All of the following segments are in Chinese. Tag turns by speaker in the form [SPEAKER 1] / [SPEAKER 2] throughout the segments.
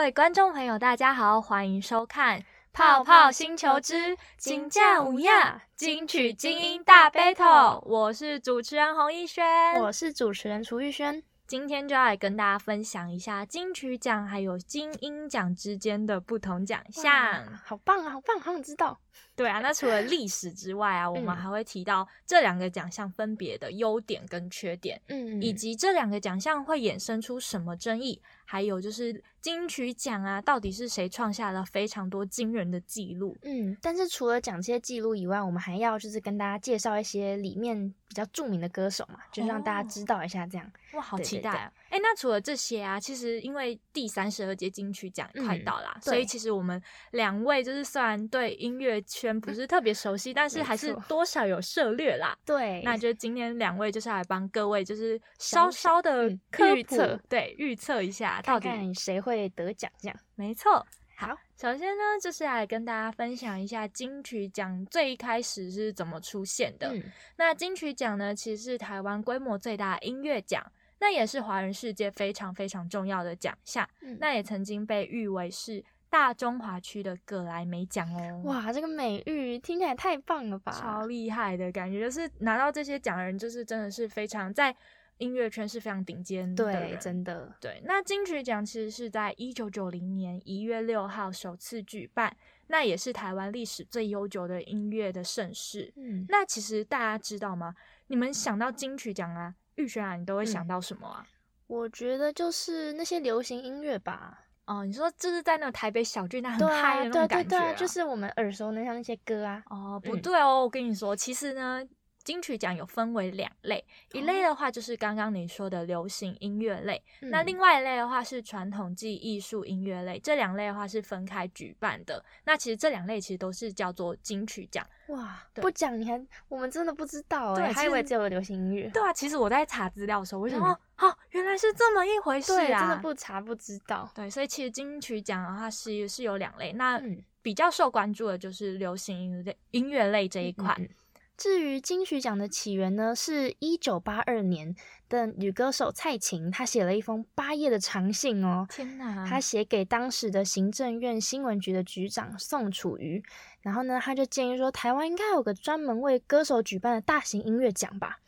[SPEAKER 1] 位观众朋友，大家好，欢迎收看《
[SPEAKER 2] 泡泡星球之
[SPEAKER 1] 金价无恙金曲精英大 battle》，我是主持人洪一轩，
[SPEAKER 2] 我是主持人楚玉轩。
[SPEAKER 1] 今天就要来跟大家分享一下金曲奖还有金鹰奖之间的不同奖项
[SPEAKER 2] 哇。好棒啊，好棒，好想知道。
[SPEAKER 1] 对啊，那除了历史之外啊，我们
[SPEAKER 2] 嗯
[SPEAKER 1] 还会提到这两个奖项分别的优点跟缺点。
[SPEAKER 2] 嗯
[SPEAKER 1] 以及这两个奖项会衍生出什么争议，还有就是金曲奖啊，到底是谁创下了非常多惊人的记录？
[SPEAKER 2] 嗯，但是除了讲这些记录以外，我们还要就是跟大家介绍一些里面比较著名的歌手嘛，就是让大
[SPEAKER 1] 哦
[SPEAKER 2] 家知道一下这样。
[SPEAKER 1] 哇，好
[SPEAKER 2] 对
[SPEAKER 1] 期
[SPEAKER 2] 对
[SPEAKER 1] 待啊！哎、那除了这些啊，其实因为第三十二届金曲奖
[SPEAKER 2] 嗯
[SPEAKER 1] 快到啦，
[SPEAKER 2] 对
[SPEAKER 1] 所以其实我们两位就是虽然对音乐圈不是特别熟悉， 但是还是
[SPEAKER 2] 没错
[SPEAKER 1] 多少有涉略啦。
[SPEAKER 2] 对，
[SPEAKER 1] 那就是今天两位就是来帮各位就是稍
[SPEAKER 2] 小小
[SPEAKER 1] 稍的
[SPEAKER 2] 嗯
[SPEAKER 1] 科普
[SPEAKER 2] 预测
[SPEAKER 1] 对，预测一下到
[SPEAKER 2] 看
[SPEAKER 1] 底
[SPEAKER 2] 看谁会得奖这样。
[SPEAKER 1] 没错。
[SPEAKER 2] 好，
[SPEAKER 1] 首先呢，就是来跟大家分享一下金曲奖最一开始是怎么出现的。
[SPEAKER 2] 嗯
[SPEAKER 1] 那金曲奖呢，其实是台湾规模最大的音乐奖，那也是华人世界非常非常重要的奖项。
[SPEAKER 2] 嗯，
[SPEAKER 1] 那也曾经被誉为是大中华区的葛莱美奖哦。。
[SPEAKER 2] 哇，这个美玉听起来太棒了吧？
[SPEAKER 1] 超厉害的感觉，就是拿到这些奖的人，就是真的是非常在音乐圈是非常顶尖的
[SPEAKER 2] 对，
[SPEAKER 1] 人
[SPEAKER 2] 真的。
[SPEAKER 1] 对，那金曲奖其实是在一九九零年一月六号首次举办，那也是台湾历史最悠久的音乐的盛事。
[SPEAKER 2] 嗯，
[SPEAKER 1] 那其实大家知道吗？你们想到金曲奖啊，玉璇啊，你都会想
[SPEAKER 2] 嗯
[SPEAKER 1] 到什么啊？
[SPEAKER 2] 我觉得就是那些流行音乐吧，
[SPEAKER 1] 哦，你说就是在那个台北小巨蛋很
[SPEAKER 2] 对
[SPEAKER 1] 嗨的那
[SPEAKER 2] 啊，
[SPEAKER 1] 种
[SPEAKER 2] 对对
[SPEAKER 1] 感觉、
[SPEAKER 2] 对啊，就是我们耳熟能详那些歌啊。
[SPEAKER 1] 哦，不
[SPEAKER 2] 嗯
[SPEAKER 1] 对哦，我跟你说，其实呢，金曲奖有分为两类，一
[SPEAKER 2] 哦
[SPEAKER 1] 类的话就是刚刚你说的流行音乐类，那
[SPEAKER 2] 嗯
[SPEAKER 1] 另外一类的话是传统技艺术音乐类，这两类的话是分开举办的。那其实这两类其实都是叫做金曲奖。
[SPEAKER 2] 哇，
[SPEAKER 1] 对
[SPEAKER 2] 不讲你还我们真的不知道哎、
[SPEAKER 1] 对
[SPEAKER 2] 还
[SPEAKER 1] 其
[SPEAKER 2] 以为
[SPEAKER 1] 实
[SPEAKER 2] 只有流行音乐。
[SPEAKER 1] 对啊，其实我在查资料的时候，我就想
[SPEAKER 2] 嗯
[SPEAKER 1] 哦，哦，原来是这么一回事
[SPEAKER 2] 对，真的
[SPEAKER 1] 啊。
[SPEAKER 2] 不查不知道。
[SPEAKER 1] 对，所以其实金曲奖的话是是有两类，那
[SPEAKER 2] 嗯，
[SPEAKER 1] 比较受关注的就是流行音乐类音乐类这一
[SPEAKER 2] 嗯
[SPEAKER 1] 块。
[SPEAKER 2] 嗯至于金曲奖的起源呢，是一九八二年的女歌手蔡琴，她写了一封八页的长信哦。
[SPEAKER 1] 天哪，
[SPEAKER 2] 她写给当时的行政院新闻局的局长宋楚瑜，然后呢，她就建议说，台湾应该有个专门为歌手举办的大型音乐奖吧？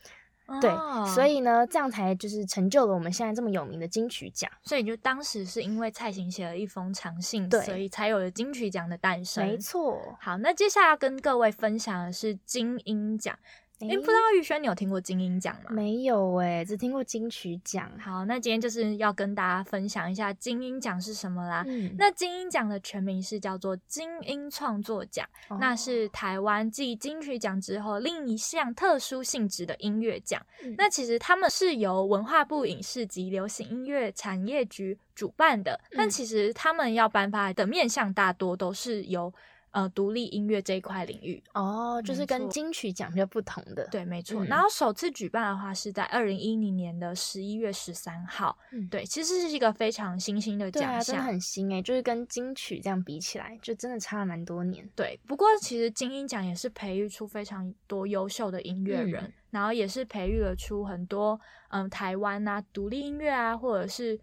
[SPEAKER 2] 对，
[SPEAKER 1] 哦
[SPEAKER 2] 所以呢，这样才就是成就了我们现在这么有名的金曲奖。
[SPEAKER 1] 所以就当时是因为蔡琴写了一封长信，
[SPEAKER 2] 对
[SPEAKER 1] 所以才有了金曲奖的诞生。
[SPEAKER 2] 没错，
[SPEAKER 1] 好，那接下来要跟各位分享的是金鹰奖。哎、
[SPEAKER 2] 诶
[SPEAKER 1] 不知道玉轩你有听过金鹰奖吗？
[SPEAKER 2] 没有哎、只听过金曲奖。啊
[SPEAKER 1] 好，那今天就是要跟大家分享一下金鹰奖是什么啦。
[SPEAKER 2] 嗯
[SPEAKER 1] 那金鹰奖的全名是叫做金鹰创作奖，
[SPEAKER 2] 哦
[SPEAKER 1] 那是台湾继金曲奖之后另一项特殊性质的音乐奖。
[SPEAKER 2] 嗯
[SPEAKER 1] 那其实他们是由文化部影视及流行音乐产业局主办的，但
[SPEAKER 2] 嗯
[SPEAKER 1] 其实他们要颁发的面向大多都是由呃独立音乐这一块领域。
[SPEAKER 2] 哦，就
[SPEAKER 1] 没错
[SPEAKER 2] 是跟金曲奖比较不同的。，
[SPEAKER 1] 嗯对，没错。
[SPEAKER 2] 嗯
[SPEAKER 1] 然后首次举办的话是在二零一零年的十一月十三号，
[SPEAKER 2] 嗯
[SPEAKER 1] 对，其实是一个非常新兴的
[SPEAKER 2] 对啊，
[SPEAKER 1] 奖
[SPEAKER 2] 真的
[SPEAKER 1] 项。
[SPEAKER 2] 很新哎、就是跟金曲这样比起来，就真的差了蛮多年。
[SPEAKER 1] 对，不过其实金鹰奖也是培育出非常多优秀的音乐人，
[SPEAKER 2] 嗯
[SPEAKER 1] 然后也是培育了出很多嗯台湾啊独立音乐啊，或者是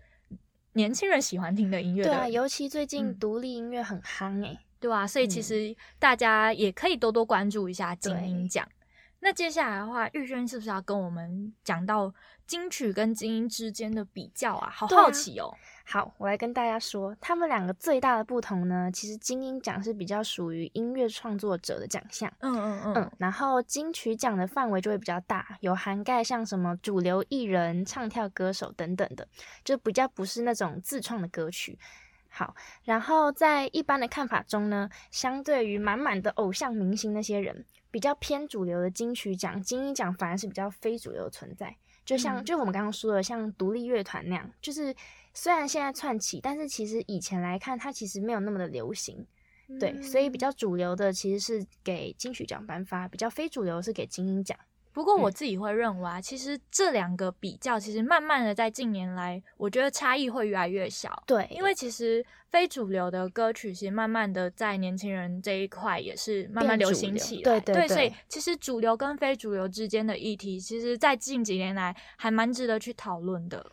[SPEAKER 1] 年轻人喜欢听的音乐
[SPEAKER 2] 对
[SPEAKER 1] 的，
[SPEAKER 2] 啊，尤其最近
[SPEAKER 1] 嗯
[SPEAKER 2] 独立音乐很夯哎、
[SPEAKER 1] 对啊，所以其
[SPEAKER 2] 嗯
[SPEAKER 1] 实大家也可以多多关注一下金鹰
[SPEAKER 2] 对
[SPEAKER 1] 奖。那接下来的话，玉轩是不是要跟我们讲到金曲跟金鹰之间的比较啊？好
[SPEAKER 2] 对啊
[SPEAKER 1] 好奇哦。
[SPEAKER 2] 好，我来跟大家说，他们两个最大的不同呢，其实金鹰奖是比较属于音乐创作者的奖项。
[SPEAKER 1] 嗯嗯
[SPEAKER 2] 嗯，然后金曲奖的范围就会比较大，有涵盖像什么主流艺人、唱跳歌手等等的，就比较不是那种自创的歌曲。好，然后在一般的看法中呢，相对于满满的偶像明星那些人，比较偏主流的金曲奖、金鹰奖反而是比较非主流的存在。就像、
[SPEAKER 1] 嗯
[SPEAKER 2] 就我们刚刚说的，像独立乐团那样，就是虽然现在窜起，但是其实以前来看，它其实没有那么的流行。
[SPEAKER 1] 嗯
[SPEAKER 2] 对，所以比。较主流的其实是给金曲奖颁发，比较非主流是给金鹰奖。
[SPEAKER 1] 不过我
[SPEAKER 2] 嗯
[SPEAKER 1] 自己会认为啊，其实这两个比较，其实慢慢的在近年来，我觉得差异会越来越小。
[SPEAKER 2] 对，
[SPEAKER 1] 因为其实非主流的歌曲，其实慢慢的在年轻人这一块也是慢慢
[SPEAKER 2] 变
[SPEAKER 1] 流
[SPEAKER 2] 主
[SPEAKER 1] 行
[SPEAKER 2] 流
[SPEAKER 1] 起来。
[SPEAKER 2] 对对
[SPEAKER 1] 所以
[SPEAKER 2] 对
[SPEAKER 1] 其实主流跟非主流之间的议题，其实在近几年来还蛮值得去讨论的。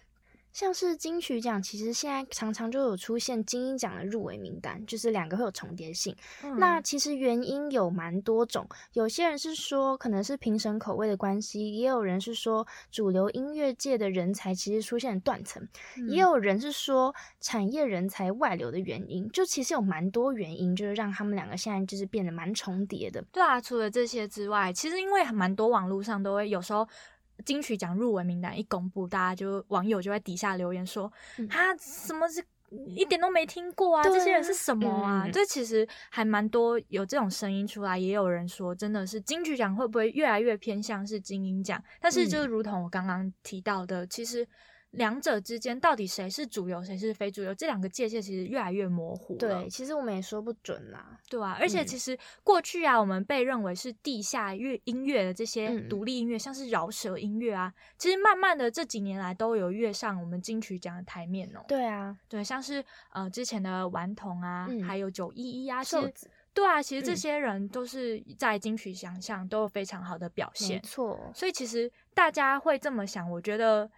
[SPEAKER 2] 像是金曲奖，其实现在常常就有出现金鹰奖的入围名单，就是两个会有重叠性。
[SPEAKER 1] 嗯
[SPEAKER 2] 那其实原因有蛮多种，有些人是说可能是评审口味的关系，也有人是说主流音乐界的人才其实出现了断层，
[SPEAKER 1] 嗯
[SPEAKER 2] 也有人是说产业人才外流的原因，就其实有蛮多原因，就是让他们两个现在就是变得蛮重叠的。
[SPEAKER 1] 对啊，除了这些之外，其实因为蛮多网络上都会有时候。金曲奖入围名单一公布，大家就网友就在底下留言说：“
[SPEAKER 2] 嗯
[SPEAKER 1] 啊，什么是一点都没听过啊？
[SPEAKER 2] 对啊
[SPEAKER 1] 这些人是什么啊？”
[SPEAKER 2] 嗯
[SPEAKER 1] 这其实还蛮多有这种声音出来，也有人说真的是金曲奖会不会越来越偏向是精英奖？但是就
[SPEAKER 2] 嗯
[SPEAKER 1] 如同我刚刚提到的，其实两者之间到底谁是主流，谁是非主流，这两个界限其实越来越模糊了。
[SPEAKER 2] 对，其实我们也说不准啦。
[SPEAKER 1] 对啊，而且
[SPEAKER 2] 嗯
[SPEAKER 1] 其实过去啊，我们被认为是地下乐音乐的这些
[SPEAKER 2] 嗯
[SPEAKER 1] 独立音乐，像是饶舌音乐啊，其实慢慢的这几年来都有跃上我们金曲奖的台面哦。
[SPEAKER 2] 对啊，
[SPEAKER 1] 对，像是呃之前的顽童啊，
[SPEAKER 2] 嗯
[SPEAKER 1] 还有九一一啊，其
[SPEAKER 2] 瘦
[SPEAKER 1] 实
[SPEAKER 2] 子，
[SPEAKER 1] 对啊，其实这
[SPEAKER 2] 嗯
[SPEAKER 1] 些人都是在金曲奖上都有非常好的表
[SPEAKER 2] 没
[SPEAKER 1] 现，
[SPEAKER 2] 错，
[SPEAKER 1] 所以其实大家会这么想，我觉得。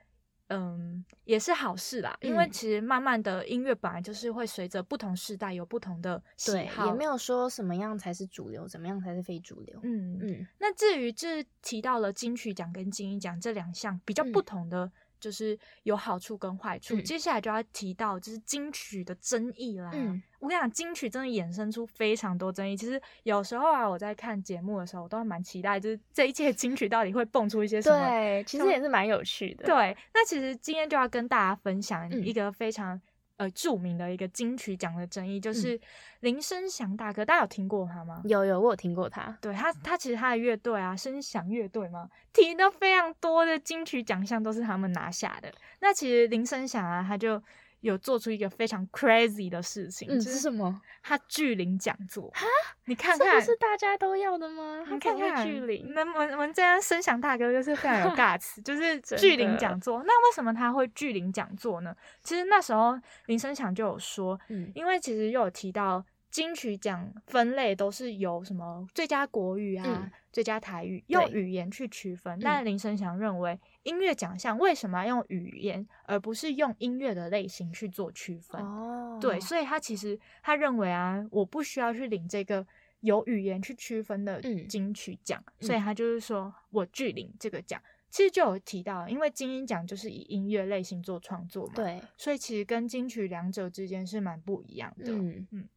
[SPEAKER 1] 嗯，也是好事啦，因为
[SPEAKER 2] 嗯
[SPEAKER 1] 其实慢慢的音乐本来就是会随着不同时代有不同的喜
[SPEAKER 2] 对，
[SPEAKER 1] 好，
[SPEAKER 2] 也没有说什么样才是主流，怎么样才是非主流。
[SPEAKER 1] 嗯
[SPEAKER 2] 嗯，
[SPEAKER 1] 那至于这提到了金曲奖跟金鹰奖这两项比较
[SPEAKER 2] 嗯
[SPEAKER 1] 不同的，就是有好处跟坏处。
[SPEAKER 2] 嗯
[SPEAKER 1] 接下来就要提到就是金曲的争议啦。
[SPEAKER 2] 嗯
[SPEAKER 1] 我跟你讲，金曲真的衍生出非常多争议。其实有时候啊，我在看节目的时候，我都还蛮期待，就是这一届金曲到底会蹦出一些什么。
[SPEAKER 2] 对，其
[SPEAKER 1] 什
[SPEAKER 2] 实
[SPEAKER 1] 么
[SPEAKER 2] 也是蛮有趣的。，
[SPEAKER 1] 对，啊那其实今天就要跟大家分享
[SPEAKER 2] 嗯
[SPEAKER 1] 一个非常。呃，著名的一个金曲奖的争议
[SPEAKER 2] 嗯
[SPEAKER 1] 就是林声祥大哥，大家有听过他吗？
[SPEAKER 2] 有有，我有听过他。
[SPEAKER 1] 对他，他其实他的乐队啊，声响乐队嘛，提到非常多的金曲奖项都是他们拿下的。那其实林声响啊，他就有做出一个非常 crazy 的事情，
[SPEAKER 2] 嗯，
[SPEAKER 1] 就是
[SPEAKER 2] 什
[SPEAKER 1] 是
[SPEAKER 2] 么？
[SPEAKER 1] 他拒领讲座。
[SPEAKER 2] 哈，
[SPEAKER 1] 你看
[SPEAKER 2] 这
[SPEAKER 1] 看，
[SPEAKER 2] 不是大家都要的吗？他
[SPEAKER 1] 你
[SPEAKER 2] 怎
[SPEAKER 1] 看
[SPEAKER 2] 么会
[SPEAKER 1] 看
[SPEAKER 2] 距离？
[SPEAKER 1] 那我们我们这样声响大哥就是非常有 尬词，就是
[SPEAKER 2] 真
[SPEAKER 1] 拒领
[SPEAKER 2] 的
[SPEAKER 1] 讲座。那为什么他会拒领讲座呢？其实那时候林声响就有说，
[SPEAKER 2] 嗯
[SPEAKER 1] 因为其实又有提到金曲奖分类都是由什么最佳国语啊、
[SPEAKER 2] 嗯
[SPEAKER 1] 最佳台语
[SPEAKER 2] 对嗯
[SPEAKER 1] 用语言去区分，但林声祥认为音乐奖项为什么要用语言，而不是用音乐的类型去做区分？
[SPEAKER 2] 哦，
[SPEAKER 1] 嗯对，所以他其实他认为啊，我不需要去领这个有语言去区分的
[SPEAKER 2] 嗯
[SPEAKER 1] 金曲奖，所以他就是说我拒领这个奖。其实就有提到，因为金鹰奖就是以音乐类型做创作嘛，
[SPEAKER 2] 对，
[SPEAKER 1] 所以其实跟金曲两者之间是蛮不一样的。
[SPEAKER 2] 嗯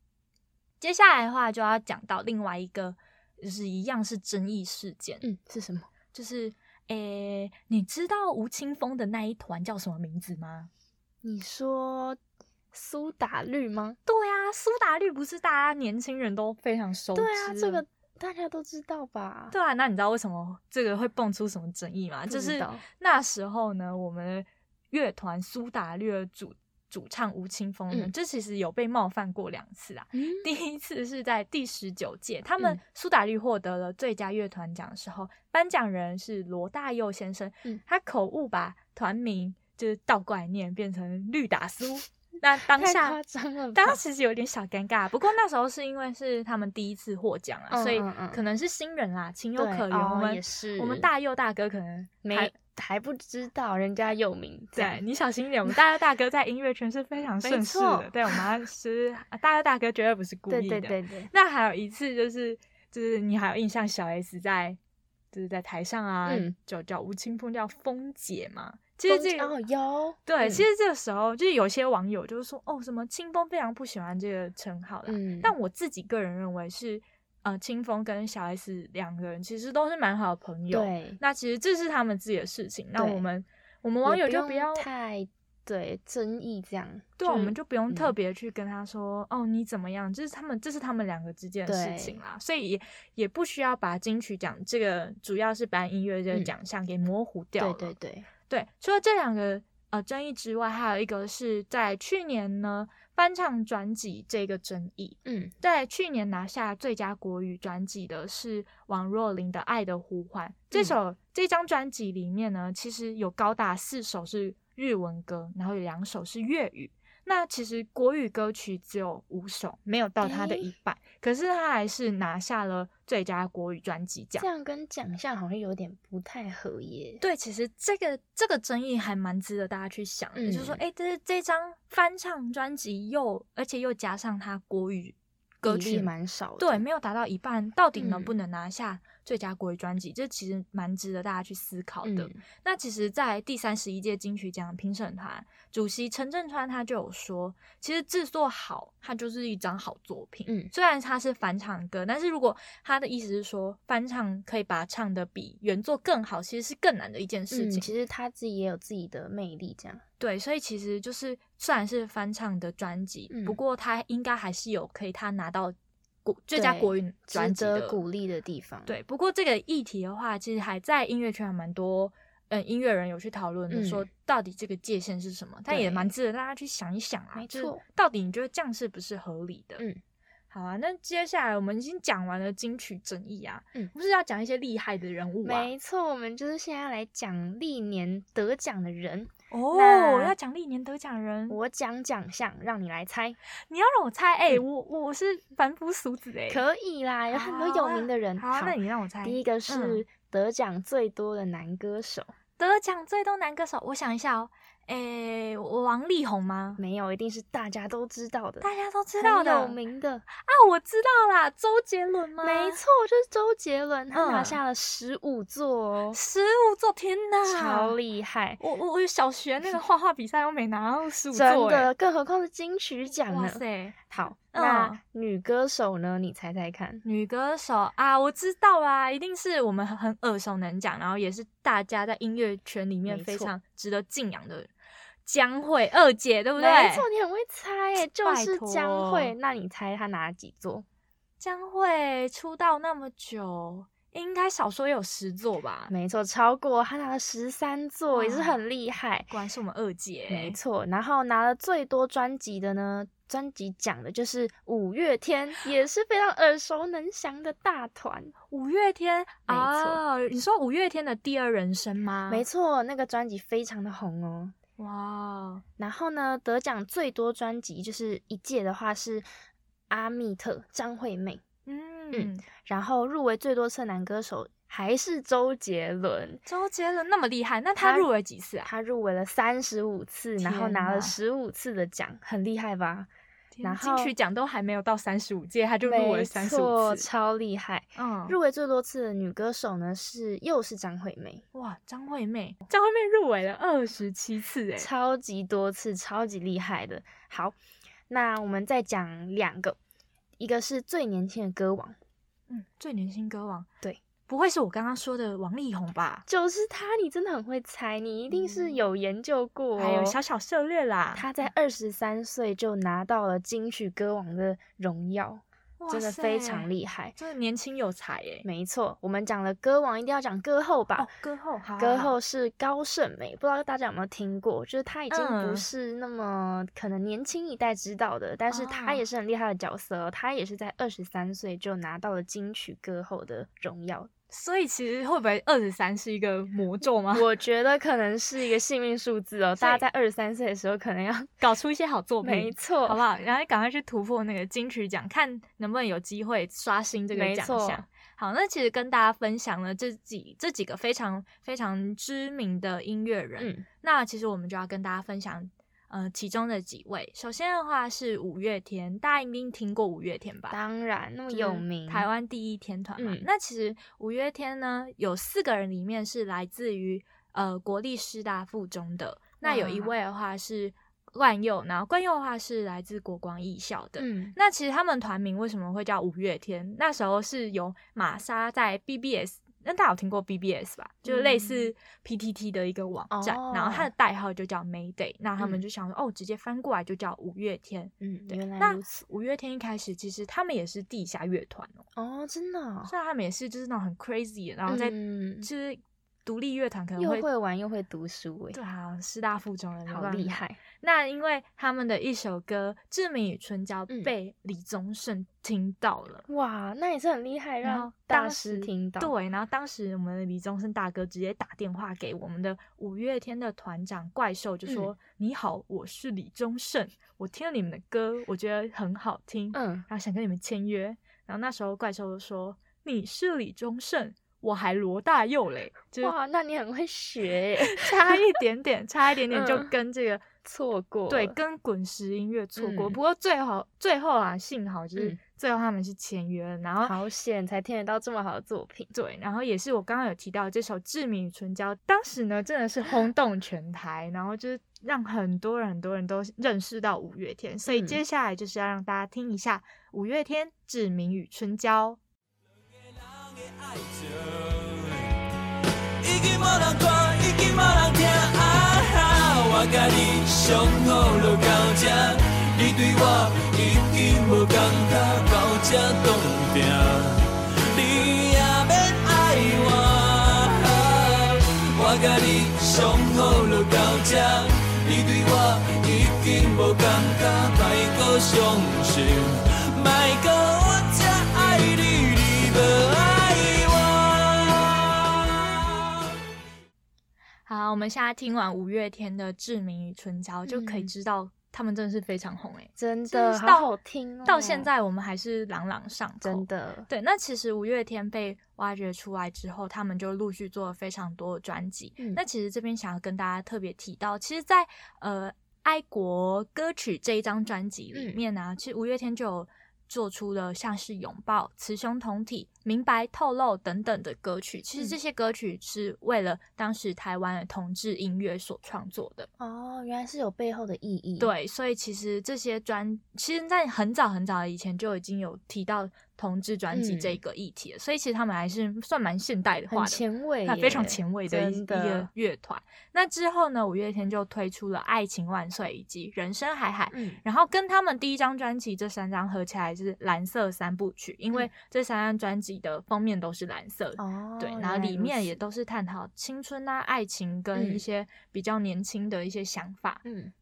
[SPEAKER 1] 接下来的话就要讲到另外一个，就是一样是争议事件，
[SPEAKER 2] 嗯，是什么？
[SPEAKER 1] 就是诶、你知道吴青峰的那一团叫什么名字吗？
[SPEAKER 2] 你说苏打绿吗？
[SPEAKER 1] 对啊，苏打绿不是大家年轻人都非常熟知
[SPEAKER 2] 对
[SPEAKER 1] 的
[SPEAKER 2] 啊，这个大家都知道吧？
[SPEAKER 1] 对啊，那你知道为什么这个会蹦出什么争议吗？
[SPEAKER 2] 不
[SPEAKER 1] 就
[SPEAKER 2] 知
[SPEAKER 1] 是
[SPEAKER 2] 道
[SPEAKER 1] 那时候呢，我们乐团苏打绿的主主唱吴青峰呢，
[SPEAKER 2] 嗯
[SPEAKER 1] 这其实有被冒犯过两次啊。
[SPEAKER 2] 嗯，
[SPEAKER 1] 第一次是在第十九届，他们
[SPEAKER 2] 嗯
[SPEAKER 1] 苏打绿获得了最佳乐团奖的时候，颁奖人是罗大佑先生，
[SPEAKER 2] 嗯
[SPEAKER 1] 他口误把团名就是倒过来念，变成绿打 苏。那当
[SPEAKER 2] 太
[SPEAKER 1] 下
[SPEAKER 2] 夸张了吧，
[SPEAKER 1] 当时其实有点小尴尬，不过那时候是因为是他们第一次获奖啊，
[SPEAKER 2] 嗯
[SPEAKER 1] 所以
[SPEAKER 2] 嗯嗯
[SPEAKER 1] 可能是新人啦，情有
[SPEAKER 2] 对
[SPEAKER 1] 可原。
[SPEAKER 2] 哦
[SPEAKER 1] 我们
[SPEAKER 2] 也是，
[SPEAKER 1] 我们大佑大哥可能还
[SPEAKER 2] 没还不知道人家有名，这
[SPEAKER 1] 对
[SPEAKER 2] 样
[SPEAKER 1] 你小心一点，我们大佑大哥在音乐圈是非常盛世
[SPEAKER 2] 没
[SPEAKER 1] 的
[SPEAKER 2] 错，
[SPEAKER 1] 对我们要是啊大佑大哥绝对不是故意的。
[SPEAKER 2] 对对对对，
[SPEAKER 1] 那还有一次就是就是你还有印象小 S 在就是在台上啊，
[SPEAKER 2] 嗯
[SPEAKER 1] 就叫吴青峰叫峰姐嘛。其实这个、
[SPEAKER 2] 哦有
[SPEAKER 1] 对，
[SPEAKER 2] 嗯
[SPEAKER 1] 其实这个时候就是有些网友就是说哦，什么清风非常不喜欢这个称号啦。
[SPEAKER 2] 嗯，
[SPEAKER 1] 但我自己个人认为是呃，清风跟小 S 两个人其实都是蛮好的朋友。
[SPEAKER 2] 对，
[SPEAKER 1] 那其实这是他们自己的事情，那
[SPEAKER 2] 对
[SPEAKER 1] 我们我们网
[SPEAKER 2] 也
[SPEAKER 1] 友就不
[SPEAKER 2] 用
[SPEAKER 1] 要
[SPEAKER 2] 太对争议这样，
[SPEAKER 1] 对，我们就不用特
[SPEAKER 2] 嗯
[SPEAKER 1] 别去跟他说、哦，你怎么样？就是他们，这是他们两个之间的事
[SPEAKER 2] 对
[SPEAKER 1] 情啦，所以也也不需要把金曲奖这个主要是颁音乐这个
[SPEAKER 2] 嗯
[SPEAKER 1] 奖项给模糊掉了、
[SPEAKER 2] 对对对，
[SPEAKER 1] 对，除了这两个呃争议之外，还有一个是在去年呢翻唱专辑这个争议，
[SPEAKER 2] 嗯
[SPEAKER 1] 在去年拿下最佳国语专辑的是王若琳的《爱的呼唤》这首、这张专辑里面呢，其实有高达四首是日文歌，然后有两首是粤语。那其实国语歌曲只有五首，没有到它的一半，可是它还是拿下了最佳国语专辑奖
[SPEAKER 2] 这。样跟奖项好像有点不太合耶。
[SPEAKER 1] 对，其实这个这个争议还蛮值得大家去想的，就是说，
[SPEAKER 2] 嗯
[SPEAKER 1] 哎、这是这张翻唱专辑又而且又加上它国语歌
[SPEAKER 2] 比例
[SPEAKER 1] 曲
[SPEAKER 2] 蛮少的，
[SPEAKER 1] 对，没有达到一半，到底能
[SPEAKER 2] 嗯
[SPEAKER 1] 不能拿下最佳国语专辑？这其实蛮值得大家去思考
[SPEAKER 2] 嗯
[SPEAKER 1] 的。那其实，在第三十一届金曲奖评审团主席陈振川他就有说，其实制作好，它就是一张好作品。
[SPEAKER 2] 嗯
[SPEAKER 1] 虽然它是翻唱歌，但是如果他的意思是说翻唱可以把它唱的比原作更好，其实是更难的一件事
[SPEAKER 2] 嗯，
[SPEAKER 1] 情。
[SPEAKER 2] 其实他自己也有自己的魅力，这样。
[SPEAKER 1] 对，所以其实就是虽然是翻唱的专辑，
[SPEAKER 2] 嗯
[SPEAKER 1] 不过他应该还是有可以他拿到国最佳
[SPEAKER 2] 对
[SPEAKER 1] 国语专
[SPEAKER 2] 值
[SPEAKER 1] 辑的
[SPEAKER 2] 得鼓励的地方。，
[SPEAKER 1] 对，不过这个议题的话，其实还在音乐圈还蛮多，嗯，音乐人有去讨论的，
[SPEAKER 2] 嗯
[SPEAKER 1] 说到底这个界限是什么，但也
[SPEAKER 2] 对
[SPEAKER 1] 蛮值得大家去想一想啊，
[SPEAKER 2] 没
[SPEAKER 1] 就是
[SPEAKER 2] 错
[SPEAKER 1] 到底你觉得这样是不是合理的？
[SPEAKER 2] 嗯，
[SPEAKER 1] 好啊，那接下来我们已经讲完了金曲争议啊，
[SPEAKER 2] 嗯
[SPEAKER 1] 不是要讲一些厉害的人物啊？
[SPEAKER 2] 没错，我们就是现在来讲历年得奖的人。
[SPEAKER 1] 哦，
[SPEAKER 2] 那
[SPEAKER 1] 要讲历年得奖人，
[SPEAKER 2] 我讲奖项，让你来猜，
[SPEAKER 1] 你要让我猜，哎、我我是凡夫俗子哎、
[SPEAKER 2] 嗯可以啦，有很多有名的人。
[SPEAKER 1] 好啊，好啊那你让我猜，
[SPEAKER 2] 第一个
[SPEAKER 1] 嗯
[SPEAKER 2] 是得奖最多的男歌手，
[SPEAKER 1] 得奖最多男歌手，我想一下哦，哎、王力宏吗？
[SPEAKER 2] 没有，一定是大家都知道的，
[SPEAKER 1] 大家都知道的
[SPEAKER 2] 很有名的，
[SPEAKER 1] 啊，我知道啦，周杰伦吗？
[SPEAKER 2] 没错，就是周杰伦，他拿
[SPEAKER 1] 嗯
[SPEAKER 2] 下了十五座哦，
[SPEAKER 1] 十五座，天哪，
[SPEAKER 2] 超！厉害，
[SPEAKER 1] 我我我小学 那个画画比赛都没拿到十五
[SPEAKER 2] 真
[SPEAKER 1] 座，哎
[SPEAKER 2] 的，更何况是金曲奖
[SPEAKER 1] 哇
[SPEAKER 2] 呢。
[SPEAKER 1] 塞，
[SPEAKER 2] 好，
[SPEAKER 1] 嗯
[SPEAKER 2] 那女歌手呢？你猜猜看，
[SPEAKER 1] 女歌手啊，我知道啦，一定是我们很很耳熟能详，然后也是大家在音乐圈里面
[SPEAKER 2] 没错
[SPEAKER 1] 非常值得敬仰的江蕙二姐，对不对？
[SPEAKER 2] 没错，你很会猜耶，就
[SPEAKER 1] 拜
[SPEAKER 2] 是江蕙
[SPEAKER 1] 托。
[SPEAKER 2] 那你猜她拿了几座？
[SPEAKER 1] 江蕙出道那么久，应该少说也有十座吧？
[SPEAKER 2] 没错，超过她拿了十三座，也是
[SPEAKER 1] 哇
[SPEAKER 2] 很厉害。
[SPEAKER 1] 果然是我们二姐，欸
[SPEAKER 2] 没错，然后拿了最多专辑的呢，专辑奖的就是五月天，也是非常耳熟能详的大团。
[SPEAKER 1] 五月天
[SPEAKER 2] 没错
[SPEAKER 1] 啊，你说五月天的第二人生吗？
[SPEAKER 2] 没错，那个专辑非常的红哦。
[SPEAKER 1] 哇，哦
[SPEAKER 2] 然后呢，得奖最多专辑就是一届的话是阿密特张惠妹，
[SPEAKER 1] 嗯，
[SPEAKER 2] 然后入围最多次的男歌手还是周杰伦，
[SPEAKER 1] 周杰伦那么厉害，那他
[SPEAKER 2] 他
[SPEAKER 1] 入围几次啊？
[SPEAKER 2] 他入围了三十五次，然后
[SPEAKER 1] 天
[SPEAKER 2] 拿了
[SPEAKER 1] 哪
[SPEAKER 2] 十五次的奖，很厉害吧？
[SPEAKER 1] 天
[SPEAKER 2] 然
[SPEAKER 1] 金曲
[SPEAKER 2] 后
[SPEAKER 1] 奖都还没有到三十五届，他就入围
[SPEAKER 2] 没
[SPEAKER 1] 三十五
[SPEAKER 2] 错，
[SPEAKER 1] 次，
[SPEAKER 2] 超厉害。
[SPEAKER 1] 嗯，
[SPEAKER 2] 入围最多次的女歌手呢是又是张惠妹，
[SPEAKER 1] 哇，张惠妹，张惠妹入围了二十七次，哎，
[SPEAKER 2] 超级多次，超级厉害的。好，那我们再讲两个，一个是最年轻的歌王，
[SPEAKER 1] 嗯，最年轻歌王，
[SPEAKER 2] 对，
[SPEAKER 1] 不会是我刚刚说的王力宏吧？
[SPEAKER 2] 就是他，你真的很会猜，你一定是
[SPEAKER 1] 嗯
[SPEAKER 2] 有研究过、哦。
[SPEAKER 1] 还有小嗯小涉略啦，
[SPEAKER 2] 他在二十三岁就拿到了金曲歌王的荣耀，
[SPEAKER 1] 哇
[SPEAKER 2] 真的
[SPEAKER 1] 塞
[SPEAKER 2] 非常厉害。
[SPEAKER 1] 真的年轻有才哎，
[SPEAKER 2] 没错，我们讲了歌王，一定要讲歌后吧。
[SPEAKER 1] 哦，歌后，好好
[SPEAKER 2] 歌
[SPEAKER 1] 好
[SPEAKER 2] 后是高胜美，不知道大家有没有听过？就是她已经不
[SPEAKER 1] 嗯
[SPEAKER 2] 是那么可能年轻一代知道的，但是她也
[SPEAKER 1] 哦
[SPEAKER 2] 是很厉害的角色哦、她也是在二十三岁就拿到了金曲歌后的荣耀。
[SPEAKER 1] 所以其实会不会二十三是一个魔咒 吗？
[SPEAKER 2] 我觉得可能是一个幸运数字哦，
[SPEAKER 1] 所
[SPEAKER 2] 大家
[SPEAKER 1] 以
[SPEAKER 2] 在二十三岁的时候可能 要
[SPEAKER 1] 搞出一些好作品，
[SPEAKER 2] 没错，
[SPEAKER 1] 好不好？然后赶快去突破那个金曲奖，看能不能有机会刷新这个
[SPEAKER 2] 没
[SPEAKER 1] 奖
[SPEAKER 2] 错
[SPEAKER 1] 项。好，那其实跟大家分享了这几这几个非常非常知名的音乐人。
[SPEAKER 2] 嗯，
[SPEAKER 1] 那其实我们就要跟大家分享，呃，其中的几位。首先的话是五月天，大家一定听过五月天吧？
[SPEAKER 2] 当然那么
[SPEAKER 1] 就是
[SPEAKER 2] 有名，
[SPEAKER 1] 台湾第一天团嘛。
[SPEAKER 2] 嗯
[SPEAKER 1] 那其实五月天呢，有四个人里面是来自于呃国立师大附中的，那有一
[SPEAKER 2] 哇
[SPEAKER 1] 位的话是冠佑，然后冠佑的话是来自国光艺校的。
[SPEAKER 2] 嗯
[SPEAKER 1] 那其实他们团名为什么会叫五月天？那时候是由玛莎在 BBS，那大家有听过 BBS 吧？就是类似 PTT 的一个网站，
[SPEAKER 2] 嗯哦
[SPEAKER 1] 然后它的代号就叫 Mayday，那他们
[SPEAKER 2] 嗯
[SPEAKER 1] 就想说，哦，直接翻过来就叫五月天。
[SPEAKER 2] 嗯，
[SPEAKER 1] 对，
[SPEAKER 2] 原来
[SPEAKER 1] 那
[SPEAKER 2] 如此
[SPEAKER 1] 五月天一开始其实他们也是地下乐团哦，
[SPEAKER 2] 哦，真的哦、
[SPEAKER 1] 虽然他们也是就是那种很 crazy，的然后在、
[SPEAKER 2] 嗯
[SPEAKER 1] 就是独立乐团可能
[SPEAKER 2] 又
[SPEAKER 1] 会
[SPEAKER 2] 会玩又会读书、欸，
[SPEAKER 1] 对啊，师大附中人
[SPEAKER 2] 好厉。害。
[SPEAKER 1] 那因为他们的一首歌《志明与春娇》
[SPEAKER 2] 嗯
[SPEAKER 1] 被李宗盛听到了。
[SPEAKER 2] 哇，那也是很厉害，
[SPEAKER 1] 然
[SPEAKER 2] 让
[SPEAKER 1] 后
[SPEAKER 2] 大
[SPEAKER 1] 当
[SPEAKER 2] 师
[SPEAKER 1] 时
[SPEAKER 2] 听到。，
[SPEAKER 1] 对，然后当时我们的李宗盛大哥直接打电话给我们的五月天的团长怪兽，
[SPEAKER 2] 嗯
[SPEAKER 1] 就说：“你好，我是李宗盛，我听了你们的歌，我觉得很好听，
[SPEAKER 2] 嗯，
[SPEAKER 1] 然后想跟你们签约。”然后那时候怪兽就说：“你是李宗盛，我还罗大佑嘞。” 就是
[SPEAKER 2] 哇，那你很会学、欸，
[SPEAKER 1] 差一点点，差一点点就
[SPEAKER 2] 嗯
[SPEAKER 1] 跟这个
[SPEAKER 2] 错过
[SPEAKER 1] 对，
[SPEAKER 2] 了
[SPEAKER 1] 跟滚石音乐错过。
[SPEAKER 2] 嗯
[SPEAKER 1] 不过最后最后啊，幸好就是、
[SPEAKER 2] 嗯
[SPEAKER 1] 最后他们是签约了，然后
[SPEAKER 2] 好险才听得到这么好的作品。
[SPEAKER 1] 对，然后也是我刚刚有提到这首《志明与春娇》，当时呢真的是轰动全台，然后就是让很多人很多人都认识到五月天，所以
[SPEAKER 2] 嗯
[SPEAKER 1] 接下来就是要让大家听一下五月天《志明与春娇》。
[SPEAKER 3] 已经无人看，已经无人听，啊哈！我甲你相好就到这，你对我已经无感觉，到这冻定，你也免爱我。我甲你相好就到这，你对我已经无感觉，莫搁相信，莫搁我这爱你，你无爱我。
[SPEAKER 1] 好，我们现在听完五月天的《志明与春娇》，就可以
[SPEAKER 2] 嗯
[SPEAKER 1] 知道他们真的是非常红诶、
[SPEAKER 2] 真
[SPEAKER 1] 真
[SPEAKER 2] 的
[SPEAKER 1] 是
[SPEAKER 2] 好
[SPEAKER 1] 到
[SPEAKER 2] 好听、哦，
[SPEAKER 1] 到现在我们还是朗朗上口。
[SPEAKER 2] 真的，
[SPEAKER 1] 对，那其实五月天被挖掘出来之后，他们就陆续做了非常多的专辑。
[SPEAKER 2] 嗯
[SPEAKER 1] 那其实这边想要跟大家特别提到，其实在，呃爱国歌曲这一张专辑里
[SPEAKER 2] 嗯
[SPEAKER 1] 面呢、其实五月天就有做出了像是《拥抱》《雌雄同体》《明白透露》等等的歌曲。其实这
[SPEAKER 2] 嗯
[SPEAKER 1] 些歌曲是为了当时台湾的同志音乐所创作的。
[SPEAKER 2] 哦，原来是有背后的意义。，
[SPEAKER 1] 对，所以其实这些专，其实，在很早很早以前就已经有提到同志专辑这
[SPEAKER 2] 嗯
[SPEAKER 1] 个议题了，所以其实他们还是算蛮现代化
[SPEAKER 2] 很
[SPEAKER 1] 的，
[SPEAKER 2] 前卫
[SPEAKER 1] 啊
[SPEAKER 2] 耶，
[SPEAKER 1] 非常前卫的一
[SPEAKER 2] 真
[SPEAKER 1] 一个
[SPEAKER 2] 的。
[SPEAKER 1] 乐团。那之后呢，五月天就推出了《爱情万岁》以及《人生海海》。
[SPEAKER 2] 嗯，
[SPEAKER 1] 然后跟他们第一张专辑这三张合起来是蓝色三部曲，因为
[SPEAKER 2] 嗯
[SPEAKER 1] 这三张专辑的封面都是蓝色的，
[SPEAKER 2] 哦，
[SPEAKER 1] 对，
[SPEAKER 2] 原
[SPEAKER 1] 然后
[SPEAKER 2] 来
[SPEAKER 1] 里
[SPEAKER 2] 如
[SPEAKER 1] 面
[SPEAKER 2] 此
[SPEAKER 1] 也，都是探讨青春啊、爱情跟
[SPEAKER 2] 嗯
[SPEAKER 1] 一些比较年轻的一些想法。
[SPEAKER 2] 嗯，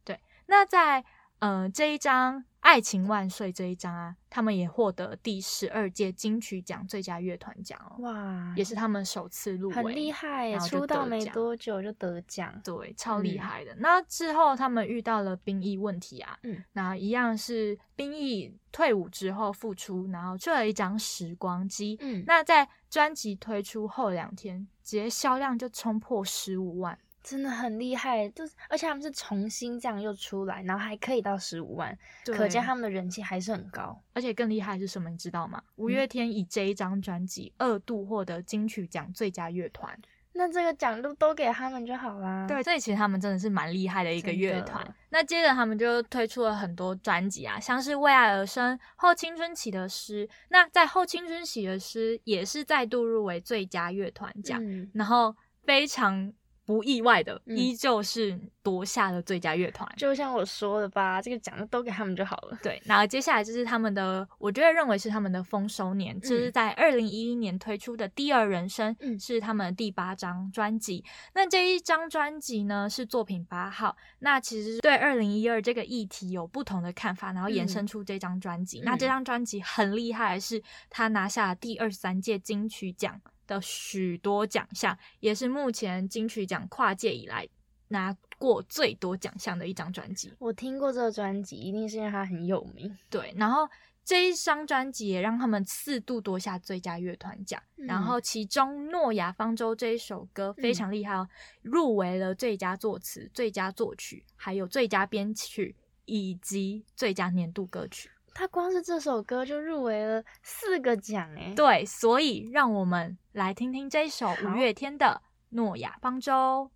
[SPEAKER 1] 那在呃这一张《爱情万岁》这一张啊，他们也获得第十二届金曲奖最佳乐团奖哦，
[SPEAKER 2] 哇，
[SPEAKER 1] 也是他们首次入围，
[SPEAKER 2] 很厉。害耶，
[SPEAKER 1] 然后就
[SPEAKER 2] 出道
[SPEAKER 1] 得
[SPEAKER 2] 没
[SPEAKER 1] 奖
[SPEAKER 2] 多久就得奖。
[SPEAKER 1] 对，超厉
[SPEAKER 2] 嗯
[SPEAKER 1] 害的。那之后他们遇到了兵役问题啊，
[SPEAKER 2] 嗯，
[SPEAKER 1] 然后一样是兵役退伍之后复出，然后去了一张时光机。
[SPEAKER 2] 嗯
[SPEAKER 1] 那在专辑推出后两天，直接销量就冲破十五万，
[SPEAKER 2] 真的很厉害，就是而且他们是重新这样又出来，然后还可以到十五万，可见
[SPEAKER 1] 对
[SPEAKER 2] 他们的人气还是很高。
[SPEAKER 1] 而且更厉害的是什么，你知道吗？
[SPEAKER 2] 嗯
[SPEAKER 1] 五月天以这一张专辑二度获得金曲奖最佳乐团，
[SPEAKER 2] 那这个奖都都给他们就好啦。
[SPEAKER 1] 对，所以其实他们真的是蛮厉害的一个乐
[SPEAKER 2] 嗯真的
[SPEAKER 1] 团。那接着他们就推出了很多专辑啊，像是《为爱而生》《后青春期的诗》，那在《后青春期的诗》也是再度入围最佳乐团奖，
[SPEAKER 2] 嗯，
[SPEAKER 1] 然后非常不意外的，
[SPEAKER 2] 嗯
[SPEAKER 1] 依旧是夺下了最佳乐团。
[SPEAKER 2] 就像我说的吧，这个奖就都给他们就好了。
[SPEAKER 1] 对，然后接下来就是他们的，我觉得认为是他们的丰收年，就是在二零一一年推出的《第二人生》
[SPEAKER 2] 嗯
[SPEAKER 1] 是他们的第八张专辑。那这一张专辑呢是作品八号，那其实对二零一二这个议题有不同的看法，然后延伸出这张专辑。那这
[SPEAKER 2] 嗯
[SPEAKER 1] 张专辑很厉害，是他拿下了第二十三届金曲奖的许多奖项，也是目前金曲奖跨界以来拿过最多奖项的一张专辑。
[SPEAKER 2] 我听过这个专辑，一定是因为它很有名。
[SPEAKER 1] 对，然后这一张专辑也让他们四度夺下最佳乐团奖，然
[SPEAKER 2] 嗯
[SPEAKER 1] 后其中《诺亚方舟》这一首歌非
[SPEAKER 2] 嗯
[SPEAKER 1] 常厉害哦，入围了最佳作词、最佳作曲，还有最佳编曲以及最佳年度歌曲。
[SPEAKER 2] 它光是这首歌就入围了四个奖哎、
[SPEAKER 1] 对，所以让我们来听听这一首
[SPEAKER 2] 好
[SPEAKER 1] 五月天的《诺亚方舟》。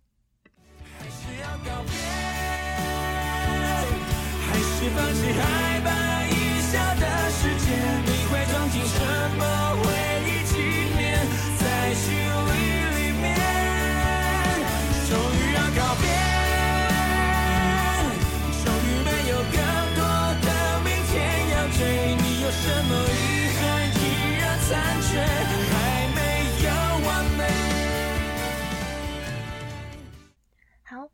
[SPEAKER 3] 还是要告别，还是放弃害怕一笑的世界？你会装进什么回忆纪念在心里里面？终于要告别，终于没有更多的明天要追。你有什么遗憾依然残缺，还没有完美？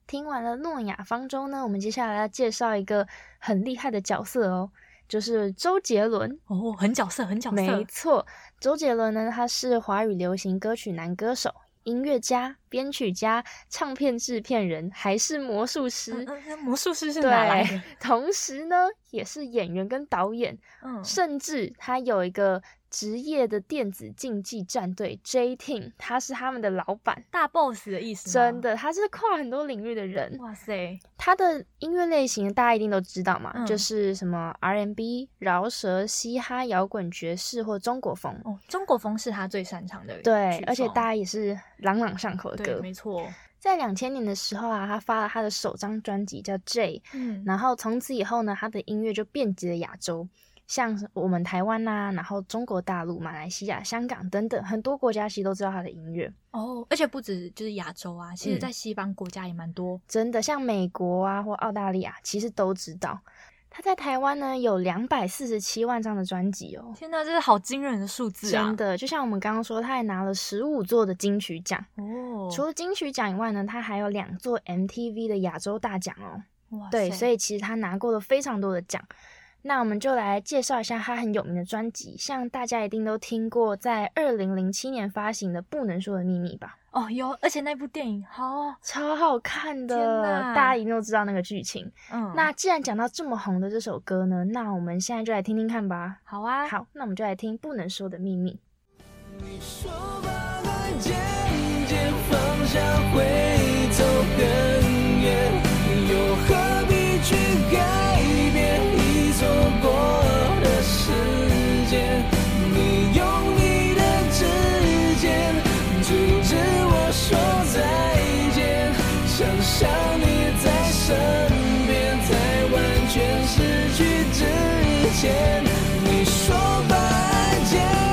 [SPEAKER 2] 听完了诺亚方舟呢，我们接下来要介绍一个很厉害的角色哦，就是周杰伦。
[SPEAKER 1] 哦，很角色，很角色，
[SPEAKER 2] 没错，周杰伦呢，他是华语流行歌曲男歌手、音乐家、编曲家、唱片制片人，还是魔术
[SPEAKER 1] 嗯
[SPEAKER 2] 师。
[SPEAKER 1] 嗯嗯魔术师是哪来
[SPEAKER 2] 对
[SPEAKER 1] 的？，
[SPEAKER 2] 同时呢，也是演员跟导演，
[SPEAKER 1] 嗯，
[SPEAKER 2] 甚至他有一个职业的电子竞技战队 J Team，他是他们的老板。
[SPEAKER 1] 大 boss 的意思，
[SPEAKER 2] 真，的，他是跨很多领域的人。
[SPEAKER 1] 哇塞，
[SPEAKER 2] 他的音乐类型大家一定都知道嘛，
[SPEAKER 1] 嗯
[SPEAKER 2] 就是什么 R&B、饶舌、嘻哈、摇滚、爵士或中国风。
[SPEAKER 1] 哦，中国风是他最擅长的曲风，
[SPEAKER 2] 对，而且大家也是朗朗上口的
[SPEAKER 1] 对，
[SPEAKER 2] 歌。
[SPEAKER 1] 没错，
[SPEAKER 2] 在两千年的时候啊，他发了他的首张专辑叫《J》，
[SPEAKER 1] 嗯，
[SPEAKER 2] 然后从此以后呢，他的音乐就遍及了亚洲，像是我们台湾呐、然后中国大陆、马来西亚、香港等等很多国家其实都知道他的音乐。
[SPEAKER 1] 哦，而且不止就是亚洲啊，其实
[SPEAKER 2] 嗯
[SPEAKER 1] 在西方国家也蛮多，
[SPEAKER 2] 真的，像美国啊或澳大利亚，其实都知道。他在台湾呢有两百四十七万张的专辑哦，
[SPEAKER 1] 天哪，这是好惊人的数字啊
[SPEAKER 2] 真！的，就像我们刚刚说，他还拿了十五座的金曲奖。
[SPEAKER 1] 哦，
[SPEAKER 2] 除了金曲奖以外呢，他还有两座 MTV 的亚洲大奖哦。
[SPEAKER 1] 哇
[SPEAKER 2] 对，
[SPEAKER 1] 塞
[SPEAKER 2] 所以其实他拿过了非常多的奖。那我们就来介绍一下他很有名的专辑，像大家一定都听过，在二零零七年发行的《不能说的秘密》吧，
[SPEAKER 1] 哦有，而且那部电影好，哦
[SPEAKER 2] 超好看
[SPEAKER 1] 天
[SPEAKER 2] 的，
[SPEAKER 1] 哪
[SPEAKER 2] 大家一定都知道那个剧情。
[SPEAKER 1] 嗯，
[SPEAKER 2] 那既然讲到这么红的这首歌呢，那我们现在就来听听看吧。
[SPEAKER 1] 好啊，
[SPEAKER 2] 好，那我们就来听《不能说的秘密》。
[SPEAKER 3] 你说把爱渐渐放下会走更远，又何必去改变已错过的时间？你用你的指尖阻止我说再见，想象你在身边，在完全失去之前，你说把爱渐。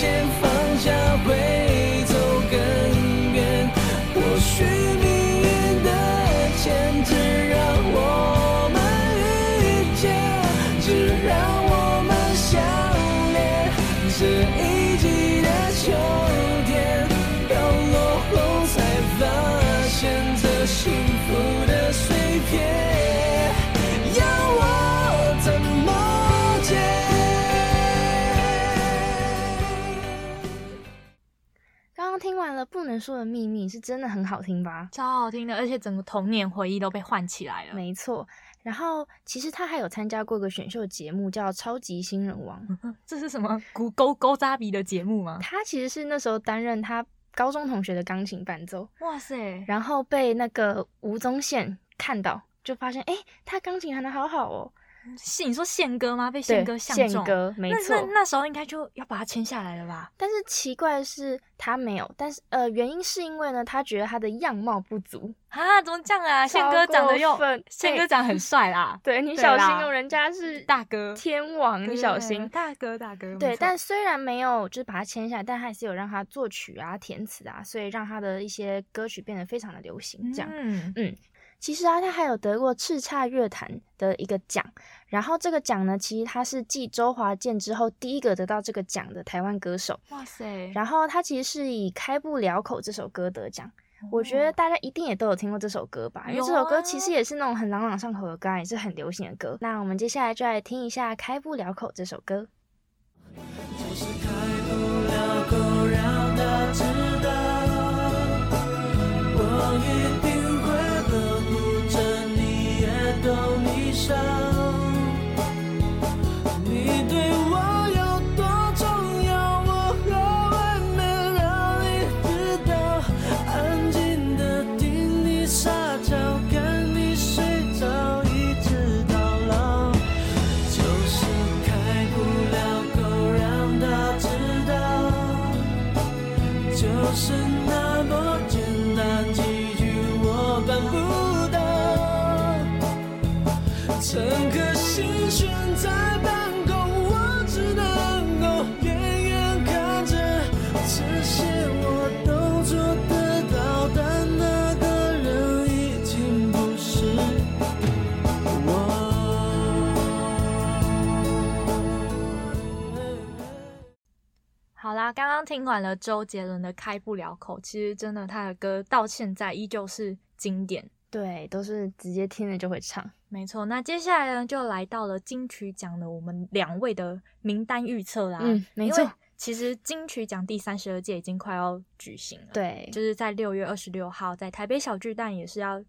[SPEAKER 3] 渐放下会走更远。或许命运的牵制让我们遇见，只让我们相恋。这一季的秋天，到落后才发现这幸福的碎片，要我怎么捡？
[SPEAKER 2] 刚刚听完了《不能说的秘密》，是真的很好听吧？
[SPEAKER 1] 超好听的，而且整个童年回忆都被唤起来了。
[SPEAKER 2] 没错，然后其实他还有参加过一个选秀节目，叫《超级新人
[SPEAKER 1] 嗯
[SPEAKER 2] 王》。
[SPEAKER 1] 这是什么古勾勾扎比的节目吗？
[SPEAKER 2] 他其实是那时候担任他高中同学的钢琴伴奏，
[SPEAKER 1] 哇塞，
[SPEAKER 2] 然后被那个吴宗宪看到，就发现哎，诶他钢琴弹得好好哦。
[SPEAKER 1] 是你说宪哥吗？被宪
[SPEAKER 2] 对，
[SPEAKER 1] 哥相
[SPEAKER 2] 宪
[SPEAKER 1] 中，
[SPEAKER 2] 哥没
[SPEAKER 1] 那
[SPEAKER 2] 错。
[SPEAKER 1] 那那时候应该就要把他签下来了吧？
[SPEAKER 2] 但是奇怪的是，他没有。但是呃，原因是因为呢，他觉得他的样貌不足。
[SPEAKER 1] 啊，怎么这样啊？
[SPEAKER 2] 超
[SPEAKER 1] 宪哥长得又
[SPEAKER 2] 过分，
[SPEAKER 1] 宪
[SPEAKER 2] 哎
[SPEAKER 1] 哥长得很帅啦，
[SPEAKER 2] 对你
[SPEAKER 1] 对
[SPEAKER 2] 小心
[SPEAKER 1] 啦
[SPEAKER 2] 哦，人家是
[SPEAKER 1] 大哥，
[SPEAKER 2] 天王，
[SPEAKER 1] 对
[SPEAKER 2] 你小
[SPEAKER 1] 对
[SPEAKER 2] 心
[SPEAKER 1] 对。大哥大哥。没
[SPEAKER 2] 对，
[SPEAKER 1] 错
[SPEAKER 2] 但虽然没有就是把他签下来，但还是有让他作曲啊、填词啊，所以让他的一些歌曲变得非常的流行。这样，
[SPEAKER 1] 嗯
[SPEAKER 2] 其实啊，他还有得过叱咤乐坛的一个奖，然后这个奖呢，其实他是继周华健之后第一个得到这个奖的台湾歌手。
[SPEAKER 1] 哇塞，
[SPEAKER 2] 然后他其实是以《开不了口》这首歌得奖，我觉得
[SPEAKER 1] 哦
[SPEAKER 2] 大家一定也都有听过这首歌吧，因为
[SPEAKER 1] 有
[SPEAKER 2] 这首歌
[SPEAKER 1] 啊
[SPEAKER 2] 其实也是那种很朗朗上口的歌，也是很流行的歌。那我们接下来就来听一下《开不了口》这首歌。
[SPEAKER 3] 就是开不了口，让他知道，我一定会呵护着你，也懂你伤。你对我有多重要，我还没让你知道。安静的听你撒娇，看你睡着，一直到老。就是开不了口，让他知道，就是那么简单，几句我办不到。整颗心悬在半空，我只能够远远看着，这些我都做得到，但那个人已经不是我。
[SPEAKER 1] 好啦，刚刚听完了周杰伦的《开不了口》，其实真的他的歌到现在依旧是经典。
[SPEAKER 2] 对，都是直接听了就会唱。
[SPEAKER 1] 没错，那接下来呢，就来到了金曲奖的我们两位的名单预测啦。
[SPEAKER 2] 嗯，没错。
[SPEAKER 1] 其实金曲奖第三十二届已经快要举行了，
[SPEAKER 2] 对，
[SPEAKER 1] 就是在六月二十六号，在台北小巨蛋也是要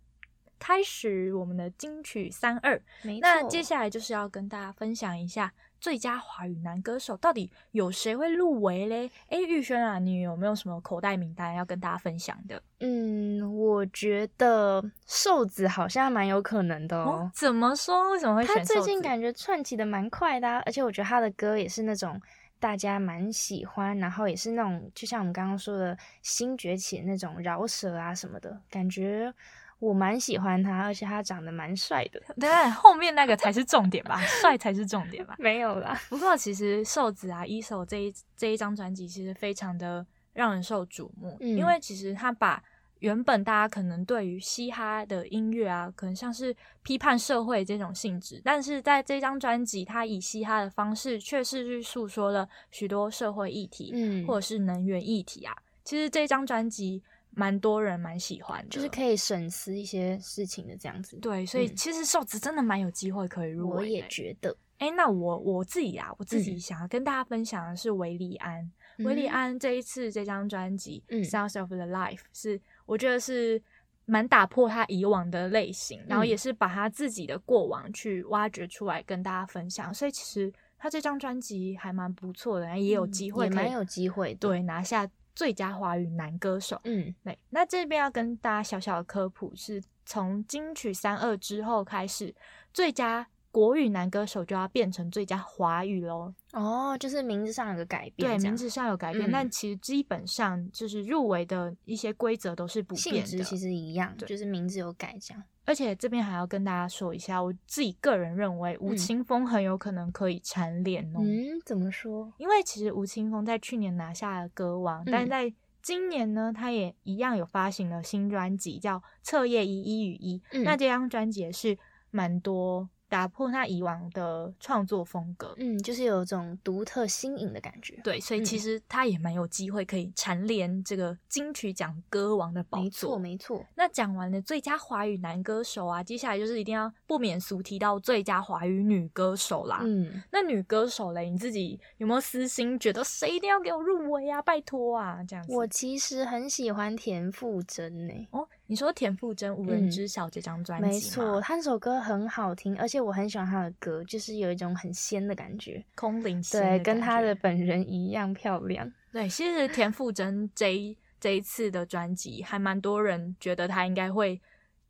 [SPEAKER 1] 开始我们的金曲三二。
[SPEAKER 2] 没错。
[SPEAKER 1] 那接下来就是要跟大家分享一下最佳华语男歌手到底有谁会入围嘞？哎，玉轩啊，你有没有什么口袋名单要跟大家分享的？
[SPEAKER 2] 嗯，我觉得瘦子好像蛮有可能的哦。
[SPEAKER 1] 怎么说？为什么会选
[SPEAKER 2] 他
[SPEAKER 1] 瘦子？
[SPEAKER 2] 最近感觉串起的蛮快的、啊，而且我觉得他的歌也是那种大家蛮喜欢，然后也是那种就像我们刚刚说的新崛起的那种饶舌啊什么的，感觉我蛮喜欢他，而且他长得蛮帅的。
[SPEAKER 1] 对，后面那个才是重点吧，帅才是重点吧。
[SPEAKER 2] 没有啦，
[SPEAKER 1] 不过其实瘦子啊，一手这一这一张专辑其实非常的让人受瞩目，
[SPEAKER 2] 嗯
[SPEAKER 1] 因为其实他把原本大家可能对于嘻哈的音乐啊，可能像是批判社会这种性质，但是在这张专辑，他以嘻哈的方式，却是去诉说了许多社会议题，
[SPEAKER 2] 嗯，
[SPEAKER 1] 或者是能源议题啊。其实这张专辑蛮多人蛮喜欢的，
[SPEAKER 2] 就是可以审思一些事情的这样子。，
[SPEAKER 1] 对，所以
[SPEAKER 2] 嗯
[SPEAKER 1] 其实瘦子真的蛮有机会可以入围
[SPEAKER 2] 我
[SPEAKER 1] 的欸。
[SPEAKER 2] 也觉得。
[SPEAKER 1] 哎、那我我自己啊，我自己
[SPEAKER 2] 嗯
[SPEAKER 1] 想要跟大家分享的是维利安。维利
[SPEAKER 2] 嗯，
[SPEAKER 1] 安这一次这张专辑
[SPEAKER 2] 嗯
[SPEAKER 1] 《Sounds of the Life》是我觉得是蛮打破他以往的类型，然后
[SPEAKER 2] 嗯
[SPEAKER 1] 也是把他自己的过往去挖掘出来跟大家分享。所以其实他这张专辑还蛮不错的，也有
[SPEAKER 2] 嗯
[SPEAKER 1] 机会
[SPEAKER 2] 也
[SPEAKER 1] 可以
[SPEAKER 2] 蛮有机会的
[SPEAKER 1] 对拿下最佳华语男歌手。
[SPEAKER 2] 嗯
[SPEAKER 1] 对，那这边要跟大家小小的科普，是从金曲三二之后开始，最佳国语男歌手就要变成最佳华语喽。
[SPEAKER 2] 哦，就是名字上有个改变
[SPEAKER 1] 对，
[SPEAKER 2] 这样，
[SPEAKER 1] 名字上有改变，
[SPEAKER 2] 嗯
[SPEAKER 1] 但其实基本上就是入围的一些规则都是不
[SPEAKER 2] 性
[SPEAKER 1] 变
[SPEAKER 2] 质其
[SPEAKER 1] 的。
[SPEAKER 2] 实一样，
[SPEAKER 1] 对嗯
[SPEAKER 2] 就是名字有改这样。
[SPEAKER 1] 而且这边还要跟大家说一下，我自己个人认为吴
[SPEAKER 2] 嗯
[SPEAKER 1] 青峰很有可能可以蝉联哦。
[SPEAKER 2] 嗯，怎么说？
[SPEAKER 1] 因为其实吴青峰在去年拿下了歌王，但
[SPEAKER 2] 嗯
[SPEAKER 1] 在今年呢，他也一样有发行了新专辑，叫《彻夜一一与一》。
[SPEAKER 2] 嗯
[SPEAKER 1] 那这张专辑也是蛮多打破他以往的创作风格，
[SPEAKER 2] 嗯，就是有种独特新颖的感觉。
[SPEAKER 1] 对，所以其
[SPEAKER 2] 嗯
[SPEAKER 1] 实他也蛮有机会可以蝉联这个金曲奖歌王的宝
[SPEAKER 2] 没错，
[SPEAKER 1] 座。
[SPEAKER 2] 没错。
[SPEAKER 1] 那讲完了最佳华语男歌手啊，接下来就是一定要不免俗提到最佳华语女歌手啦。
[SPEAKER 2] 嗯，
[SPEAKER 1] 那女歌手嘞，你自己有没有私心觉得谁一定要给我入围啊？拜托啊，这样子。
[SPEAKER 2] 我其实很喜欢田馥甄呢、
[SPEAKER 1] 哦，你说田馥甄《无人
[SPEAKER 2] 嗯
[SPEAKER 1] 知晓》这张专辑、
[SPEAKER 2] 没错，，她那首歌很好听，而且我很喜欢她的歌，就是有一种很仙的感觉。
[SPEAKER 1] 空灵心
[SPEAKER 2] 对，
[SPEAKER 1] 感
[SPEAKER 2] 跟她的
[SPEAKER 1] 觉
[SPEAKER 2] 本人一样漂亮。
[SPEAKER 1] 对，其实田馥甄这一这一次的专辑，还蛮多人觉得她应该会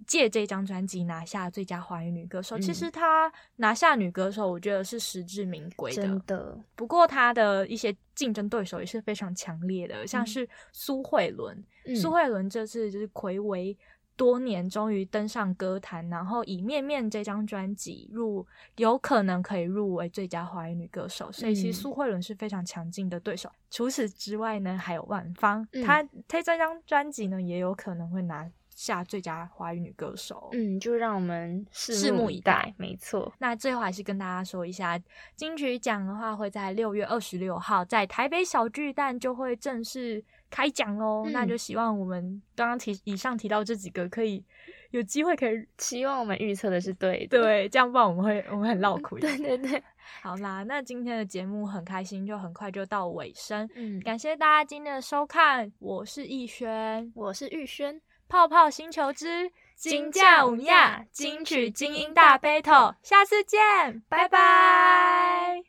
[SPEAKER 1] 借这张专辑拿下最佳华语女歌手。其
[SPEAKER 2] 嗯
[SPEAKER 1] 实她拿下女歌手，我觉得是实至名归
[SPEAKER 2] 真的，
[SPEAKER 1] 不过她的一些竞争对手也是非常强烈的，像
[SPEAKER 2] 嗯
[SPEAKER 1] 是苏慧伦。
[SPEAKER 2] 嗯
[SPEAKER 1] 苏慧伦这次就是暌违多年，终于登上歌坛，然后以《面面》这张专辑入，有可能可以入围最佳华语女歌手，所以其实
[SPEAKER 2] 嗯
[SPEAKER 1] 苏慧伦是非常强劲的对手。除此之外呢，还有万芳，
[SPEAKER 2] 嗯
[SPEAKER 1] 她她这张专辑呢也有可能会拿下最佳华语女歌手。
[SPEAKER 2] 嗯，就让我们
[SPEAKER 1] 拭
[SPEAKER 2] 拭
[SPEAKER 1] 目
[SPEAKER 2] 目
[SPEAKER 1] 以
[SPEAKER 2] 以
[SPEAKER 1] 待
[SPEAKER 2] 待。没错，
[SPEAKER 1] 那最后还是跟大家说一下，金曲奖的话会在六月二十六号在台北小巨蛋就会正式开奖喽。
[SPEAKER 2] 嗯
[SPEAKER 1] 那就希望我们刚刚提以上提到这几个可以有机会可以
[SPEAKER 2] 希望我们预测的是对的。
[SPEAKER 1] 对，这样不然我们会我们很绕苦。
[SPEAKER 2] 对对 对，
[SPEAKER 1] 好啦，那今天的节目很开心，就很快就到尾声，
[SPEAKER 2] 嗯，
[SPEAKER 1] 感谢大家今天的收看，我是逸轩，
[SPEAKER 2] 我是玉轩，
[SPEAKER 1] 泡泡星球之
[SPEAKER 2] 金
[SPEAKER 1] 价
[SPEAKER 2] 价
[SPEAKER 1] 五
[SPEAKER 2] 五
[SPEAKER 1] 亚
[SPEAKER 2] 亚
[SPEAKER 1] 金
[SPEAKER 2] 金
[SPEAKER 1] 曲
[SPEAKER 2] 曲
[SPEAKER 1] 精
[SPEAKER 2] 精
[SPEAKER 1] 英
[SPEAKER 2] 英
[SPEAKER 1] 大
[SPEAKER 2] 大
[SPEAKER 1] battle，下次见，拜
[SPEAKER 2] 拜
[SPEAKER 1] 拜
[SPEAKER 2] 拜。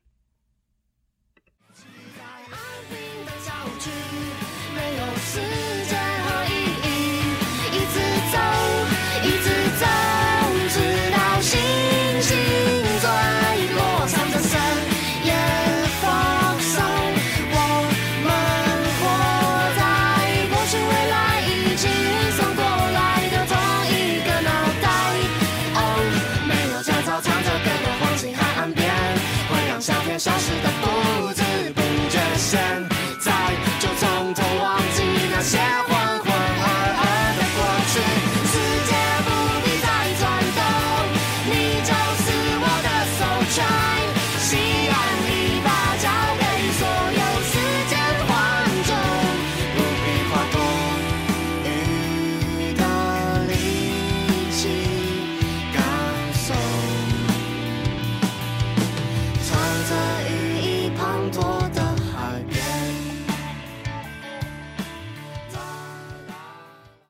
[SPEAKER 4] 在安定的郊区，没有时间。